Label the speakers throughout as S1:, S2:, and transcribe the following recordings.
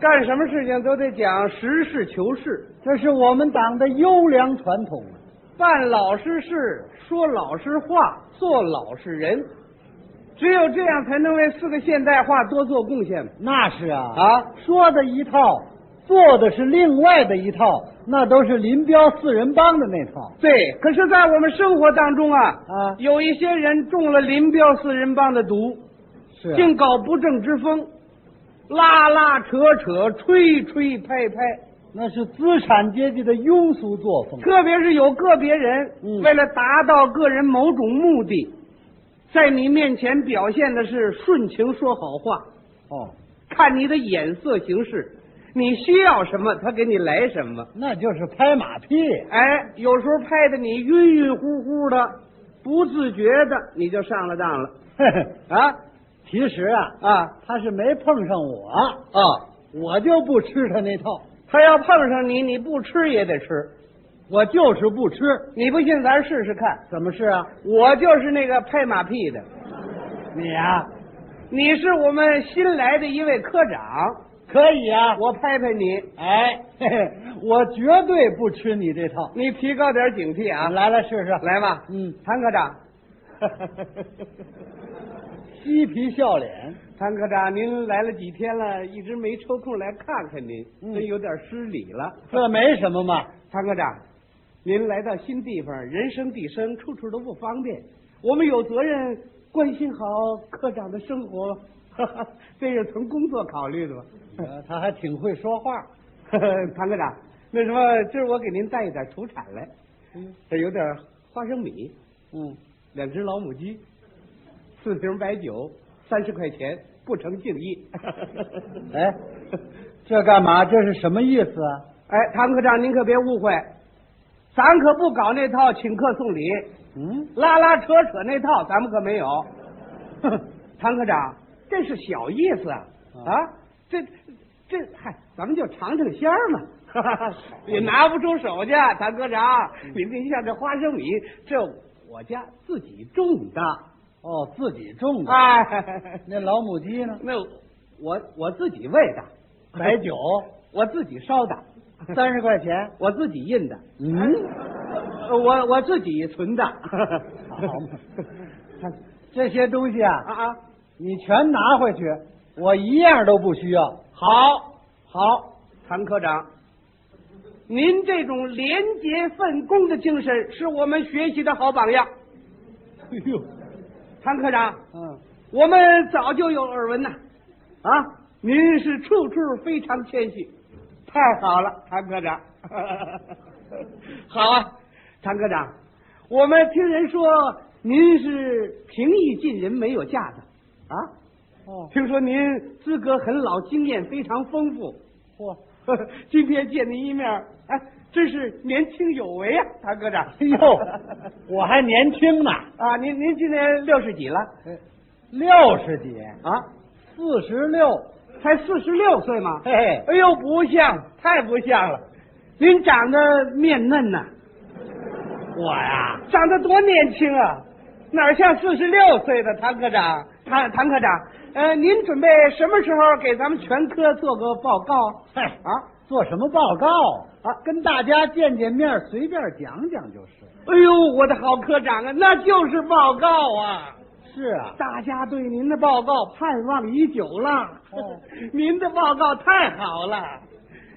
S1: 干什么事情都得讲实事求是，
S2: 这是我们党的优良传统啊。
S1: 办老实事，说老实话，做老实人。只有这样，才能为四个现代化多做贡献。
S2: 那是啊，
S1: 啊，
S2: 说的一套，做的是另外的一套，那都是林彪四人帮的那套。
S1: 对，可是，在我们生活当中啊，
S2: 啊
S1: 有一些人中了林彪四人帮的毒，
S2: 是啊
S1: 净搞不正之风，拉拉扯扯，吹吹拍拍。
S2: 那是资产阶级的庸俗作风。
S1: 特别是有个别人、
S2: 嗯
S1: 为了达到个人某种目的，在你面前表现的是顺情说好话，
S2: 哦，
S1: 看你的眼色行事，你需要什么他给你来什么。
S2: 那就是拍马屁。
S1: 哎，有时候拍的你晕晕乎乎的，不自觉的你就上了当了
S2: 嘿嘿
S1: 啊
S2: 其实啊，
S1: 啊
S2: 他是没碰上我，
S1: 哦！
S2: 我就不吃他那套，
S1: 他要碰上你，你不吃也得吃。
S2: 我就是不吃。
S1: 你不信，咱试试看。
S2: 怎么是啊？
S1: 我就是那个拍马屁的，
S2: 你呀、
S1: 你是我们新来的一位科长。
S2: 可以啊。
S1: 我拍拍你，
S2: 哎， 嘿嘿，我绝对不吃你这套。
S1: 你提高点警惕啊！
S2: 来来试试，
S1: 来吧，
S2: 嗯，
S1: 谭科长，
S2: 嬉皮笑脸，
S1: 谭科长，您来了几天了，一直没抽空来看看您，
S2: 嗯
S1: 真有点失礼了。
S2: 这没什么嘛。
S1: 谭科长，您来到新地方，人生地生，处处都不方便，我们有责任关心好科长的生活，哈哈，这是从工作考虑的 吧？
S2: 呃他还挺会说话。
S1: 呵呵谭科长，那什么，今儿我给您带一点土产来，
S2: 嗯
S1: 这有点花生米，
S2: 嗯，
S1: 两只老母鸡，四瓶白酒，三十块钱，不成敬意。
S2: 哎，这干嘛？这是什么意思啊？
S1: 哎，唐科长，您可别误会，咱可不搞那套请客送礼、
S2: 嗯，
S1: 拉拉扯扯那套，咱们可没有。唐科长，这是小意思啊，啊，这这嗨，咱们就尝尝鲜儿 嘛。也拿不出手去，啊唐科长，您这像这花生米，这我家自己种的。
S2: 哦，自己种的。
S1: 哎，
S2: 那老母鸡 呢？
S1: 那我我自己喂的，
S2: 白酒，
S1: 我自己烧的，
S2: 三十块钱。
S1: 我自己 印的，
S2: 嗯，
S1: 呃我我自己存的。
S2: 好嘛，这些东西啊，
S1: 啊啊，
S2: 你全拿回去，我一样都不需要。
S1: 好，好，谭科长，您这种廉洁奉公的精神是我们学习的好榜样。
S2: 哎呦，
S1: 谭科长，
S2: 嗯，
S1: 我们早就有耳闻呐，啊，您是处处非常谦虚，太好了，谭科长， 好啊，谭科长，我们听人说您是平易近人，没有架子啊，
S2: 哦，
S1: 听说您资格很老，经验非常丰富，
S2: 嚯，
S1: 今天见您一面，哎，真是年轻有为啊，谭科长，
S2: 哎呦，我还年轻呢，
S1: 啊，您您今年六十几了
S2: 六十几，
S1: 啊？
S2: 四十六，
S1: 才四十六岁嘛，
S2: 嘿嘿，
S1: 哎呦，不像，太不像了！您长得面嫩呐、
S2: 我呀，
S1: 长得多年轻啊，哪像四十六岁的唐科长？唐唐科长，呃，您准备什么时候给咱们全科做个报告啊？
S2: 嘿
S1: 啊，
S2: 做什么报告啊？跟大家见见面，随便讲讲就是。
S1: 哎呦，我的好科长啊，那就是报告啊！
S2: 是啊，
S1: 大家对您的报告盼望已久了，
S2: 哦
S1: 您的报告太好了。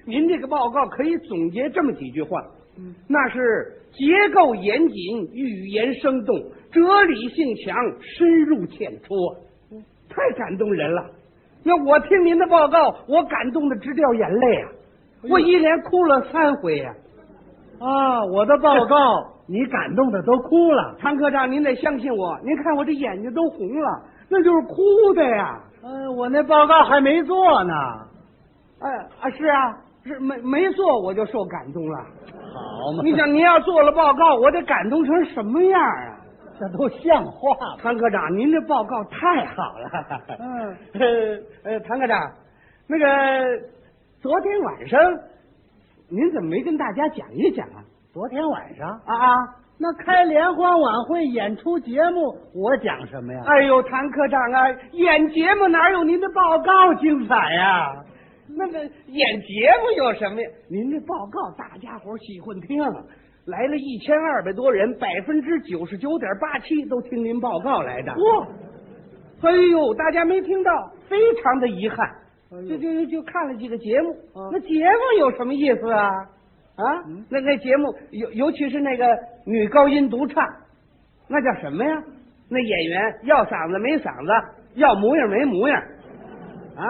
S1: 您这个报告可以总结这么几句话，
S2: 嗯
S1: 那是结构严谨、语言生动、哲理性强、深入浅出，
S2: 嗯
S1: 太感动人了。那我听您的报告，我感动的直掉眼泪啊！
S2: 哎呦
S1: 我一连哭了三回呀、
S2: 啊，我的报告，你感动的都哭了。
S1: 唐科长，您得相信我，您看我这眼睛都红了，那就是哭的呀。
S2: 呃，我那报告还没做呢。
S1: 哎啊，是啊，是没没做我就受感动了。
S2: 好
S1: 你想，您要做了报告，我得感动成什么样啊？
S2: 这都像话吗？
S1: 谭科长，您这报告太好了。
S2: 嗯
S1: 嗯，呃，谭科长，那个昨天晚上您怎么没跟大家讲一讲啊？
S2: 昨天晚上
S1: 啊啊！
S2: 那开联欢晚会演出节目，我讲什
S1: 哎
S2: 么呀？
S1: 哎呦，谭科长啊，演节目哪有您的报告精彩呀、那么演节目有什么呀？您这报告大家伙儿喜欢听啊，来了一千二百多人，百分之九十九点八七都听您报告来的。
S2: 哇，
S1: 哎呦，大家没听到，非常的遗憾。
S2: 哎呦
S1: 就就就就看了几个节目，
S2: 啊
S1: 那节目有什么意思啊？啊，
S2: 嗯
S1: 那那节目尤尤其是那个女高音独唱，那叫什么呀？那演员要嗓子没嗓子，要模样没模样，啊，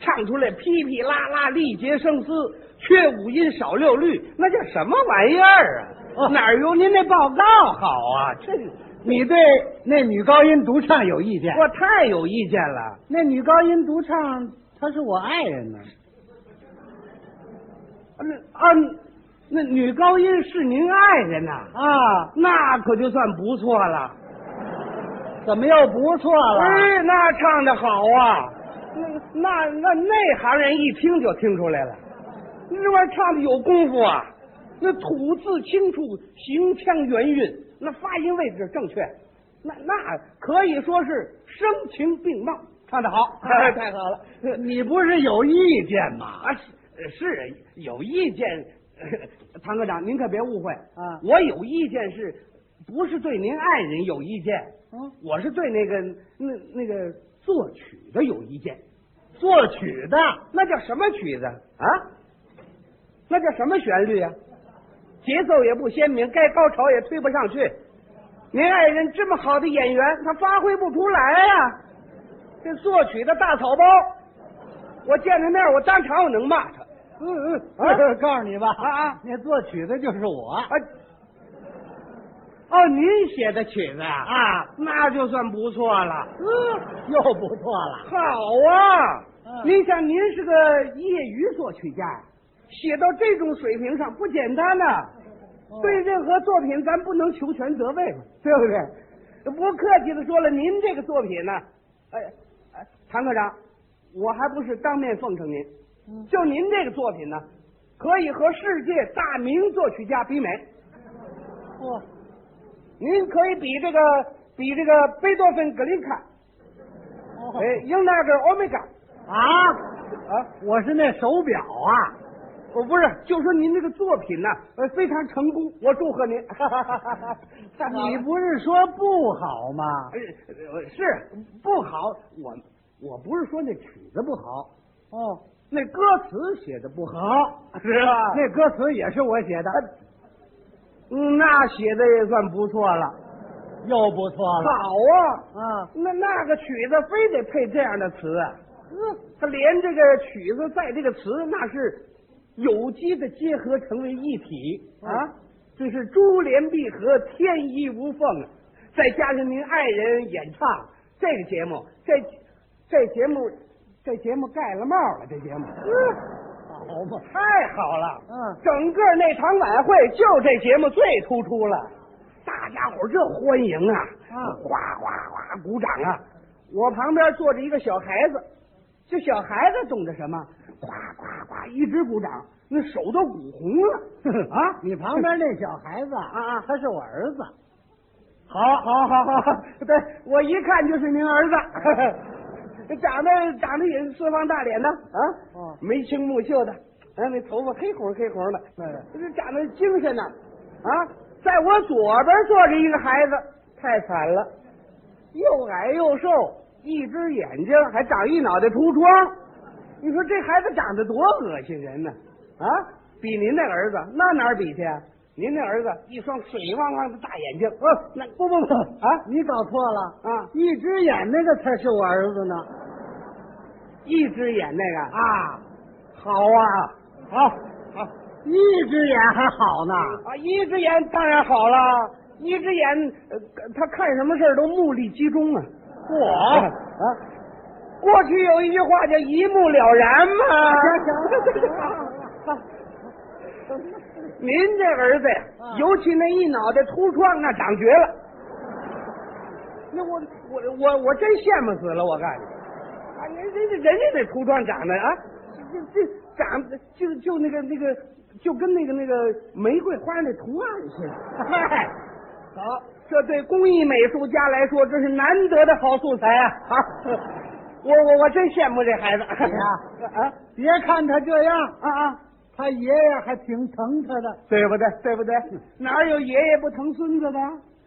S1: 唱出来噼噼啦啦，力竭声嘶，缺五音少六律，那叫什么玩意儿啊？
S2: 哦
S1: 哪儿有您那报告好啊？这
S2: 你对那女高音独唱有意见？
S1: 我太有意见了。
S2: 那女高音独唱，她是我爱人呢。
S1: 那啊，那女高音是您爱人呐、
S2: 啊，
S1: 那可就算不错了。
S2: 怎么又不错 了？
S1: 哎，那唱的好啊！那那那内行人一听就听出来了，你这玩意儿唱的有功夫啊！那吐字清楚，行腔圆韵，那发音位置正确，那那可以说是声情并茂，唱的好， 太好了。
S2: 你不是有意见吗？
S1: 啊，是是有意见，呃唐科长您可别误会
S2: 啊
S1: 我有意见是不是对您爱人有意见？
S2: 嗯，
S1: 我是对那个那那个作曲的有意见，
S2: 作曲的
S1: 那叫什么曲子啊？那叫什么旋律啊？节奏也不鲜明，该高潮也推不上去。您爱人这么好的演员，他发挥不出来呀、这作曲的大草包，我见着面儿我当场我能骂他。
S2: 嗯嗯，
S1: 啊
S2: 告诉你吧，
S1: 啊啊
S2: 那作曲的就是我。
S1: 啊，哦，您写的曲子啊，啊，那就算不错了。
S2: 嗯，又不错了。
S1: 好啊，
S2: 嗯
S1: 您想，您是个业余作曲家呀，写到这种水平上不简单呐、对
S2: 对，
S1: 任何作品，咱不能求全责备嘛，对不对？不客气的说了，您这个作品呢，哎，哎唐科长，我还不是当面奉承您，
S2: 嗯
S1: 就您这个作品呢，可以和世界大名作曲家比美。
S2: 哇，
S1: 您可以比这个比这个贝多芬、格林 卡，
S2: 哦
S1: 哎，英那个欧米伽
S2: 啊，
S1: 啊，
S2: 我是那手表啊。
S1: 我不是，就说您这个作品呢、呃，非常成功，我祝贺 您。太好了
S2: 你不是说不好吗？
S1: 呃呃是不好，我我不是说那曲子不好，
S2: 哦，
S1: 那歌词写的不好，是啊吧？
S2: 那歌词也是我写的，
S1: 那嗯那写的也算不错了，
S2: 又不错了。
S1: 好啊。
S2: 啊，
S1: 那那个曲子非得配这样的词啊，
S2: 嗯，
S1: 它连这个曲子在这个词那是有机的结合成为一体啊
S2: 嗯，
S1: 这是珠联璧合，天衣无缝啊。再加上您爱人演唱这个节目，这这节目这节目盖了帽了，这节目
S2: 好嘛，
S1: 太好了。
S2: 嗯
S1: 整个那场晚会就这节目最突出了，大家伙儿这欢迎啊，
S2: 啊
S1: 哗哗哗鼓掌啊！我旁边坐着一个小孩子，这小孩子懂得什么？哗哗哗一直鼓掌，那手都鼓红 了 啊！
S2: 你旁边那小孩子啊
S1: 啊啊
S2: 他是我儿子。
S1: 好，好，好，好，好对我一看就是您儿子， 长得长得也是四方大脸的啊，
S2: 哦
S1: 眉清目秀的，啊，那头发黑红黑红的，
S2: 嗯
S1: 这长得精神呢、啊，在我左边坐着一个孩子，太惨了，又矮又瘦，一只眼睛还长一脑袋秃疮，你说这孩子长得多恶心人呢、啊！比您那儿子那哪儿比去啊？您那儿子一双水汪汪的大眼睛，呃，那不不不啊，
S2: 你搞错了
S1: 啊
S2: 一只眼那个才是我儿子呢。
S1: 一只眼那个啊，
S2: 啊，
S1: 好啊，
S2: 好，
S1: 好
S2: 一只眼还好呢。
S1: 啊，一只眼当然好了，一只眼呃他看什么事儿都目力集中啊。
S2: 我
S1: 啊，过去有一句话叫一目了然嘛。
S2: 行行
S1: 行。您这儿子呀，
S2: 啊
S1: 尤其那一脑袋秃疮，那长绝了。那我我我我真羡慕死了，我告诉你，啊，人人家人家那秃疮长的啊，这这长得就就那个那个，就跟那个那个玫瑰花那图案似的。嗨，好，这对工艺美术家来说，这是难得的好素材啊！啊，我我我真羡慕这孩子。
S2: 哎呀
S1: 啊
S2: 别看他这样，
S1: 啊啊！
S2: 他爷爷还挺疼他的。
S1: 对不对？对不对？哪有爷爷不疼孙子的？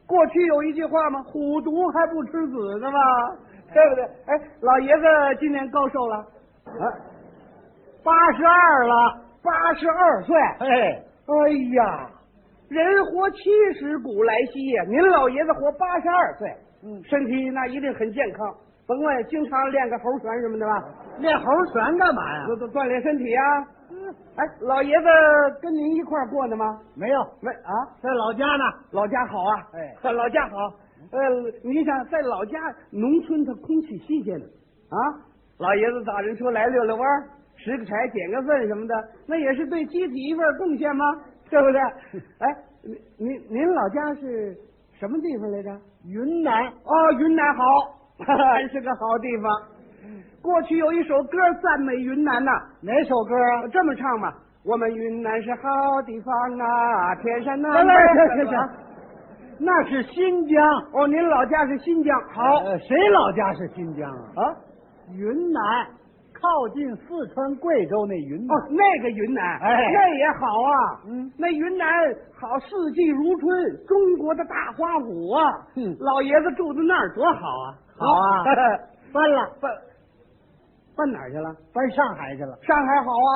S1: 过去有一句话嘛，虎毒还不吃子呢嘛，对不对？哎，老爷子今年高寿了？啊，
S2: 八十二了，
S1: 八十二岁。
S2: 哎，
S1: 哎呀，人活七十古来稀呀，您老爷子活八十二岁，
S2: 嗯
S1: 身体那一定很健康。甭问，经常练个猴拳什么的吧，
S2: 练猴拳干嘛呀？
S1: 锻锻炼身体啊。哎，老爷子跟您一块儿过的吗？
S2: 没有，
S1: 没啊。
S2: 在老家呢。
S1: 老家好啊，
S2: 哎
S1: 老家好。呃，你想在老家农村，它空气新鲜呢，啊，老爷子早晨出来溜溜弯儿，拾个柴，捡个粪什么的，那也是对集体一份贡献吗？对 不对？哎，您您您老家是什么地方来着？
S2: 云南
S1: 哦，云南好， 是个好地方。过去有一首歌赞美云南呐、
S2: 哪首歌啊？
S1: 这么唱吧，我们云南是好地方啊，天山南
S2: 来来来来
S1: 北啊
S2: 来，那是新疆。
S1: 哦，您老家是新疆，好、
S2: 呃谁老家是新疆啊？
S1: 啊，
S2: 云南，靠近四川、贵州那云
S1: 哦
S2: 南。，
S1: 那个云南，
S2: 哎
S1: 那也好啊，
S2: 嗯，
S1: 那云南好，四季如春，中国的大花圃啊，
S2: 嗯
S1: 老爷子住在那儿多好啊，
S2: 好啊搬了，
S1: 搬搬哪儿去了？
S2: 搬上海去了。
S1: 上海好啊，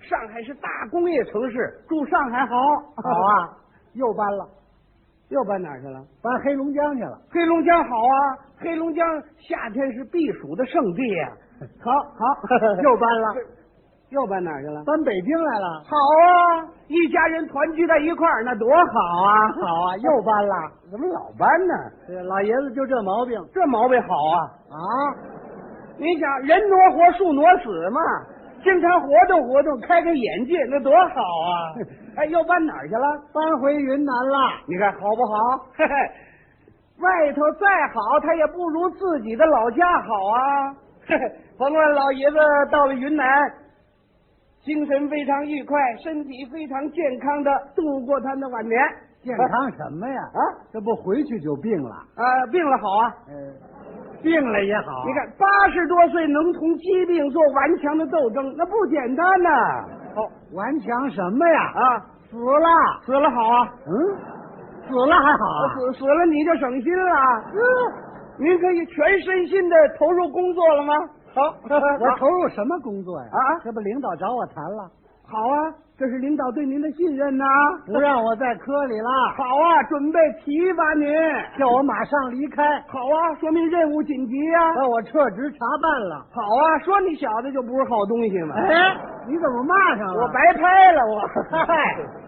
S1: 上海是大工业城市，住上海好，
S2: 好，啊，又搬了，
S1: 又搬哪儿去了？
S2: 搬黑龙江去 了。
S1: 黑龙江好啊，黑龙江夏天是避暑的圣地啊 呀、好好
S2: 又搬了，
S1: 又搬哪儿去了？
S2: 搬北京来了。
S1: 好啊，一家人团聚在一块儿，那多好啊！
S2: 好啊，又搬了。
S1: 怎么老搬呢？
S2: 这老爷子就这毛病
S1: 这毛病好啊！
S2: 啊！
S1: 你想，人挪活，树挪死嘛，经常活动活动，开开眼界，那多好 啊！哎，又搬哪儿去了？
S2: 搬回云南了。
S1: 你看好不好？嘿 嘿，外头再好，它也不如自己的老家好啊！ 嘿嘿，甭管老爷子到了云南，精神非常愉快，身体非常健康的度过他的晚年。
S2: 健康什么 呀？
S1: 啊
S2: 这不回去就病了。
S1: 啊，病了好啊！
S2: 呃，病了也好。
S1: 你看，八十多岁能同疾病做顽强的斗争，那不简单呐、
S2: 哦，顽强什么呀？
S1: 啊！
S2: 死了，
S1: 死了好啊，
S2: 嗯，死了还好啊？
S1: 死死了你就省心了。
S2: 嗯，
S1: 您可以全身心的投入工作了吗？好，我
S2: 我投入什么工作呀？
S1: 啊
S2: 这不领导找我谈了，
S1: 好啊，这是领导对您的信任呐、
S2: 不让我在科里了，
S1: 好啊，准备提拔您。
S2: 叫我马上离开，
S1: 好啊，说明任务紧急呀、
S2: 把我撤职查办了。
S1: 好啊，说你小子就不是好东西嘛。
S2: 哎，你怎么骂上了？
S1: 我白拍了我。
S2: 嗨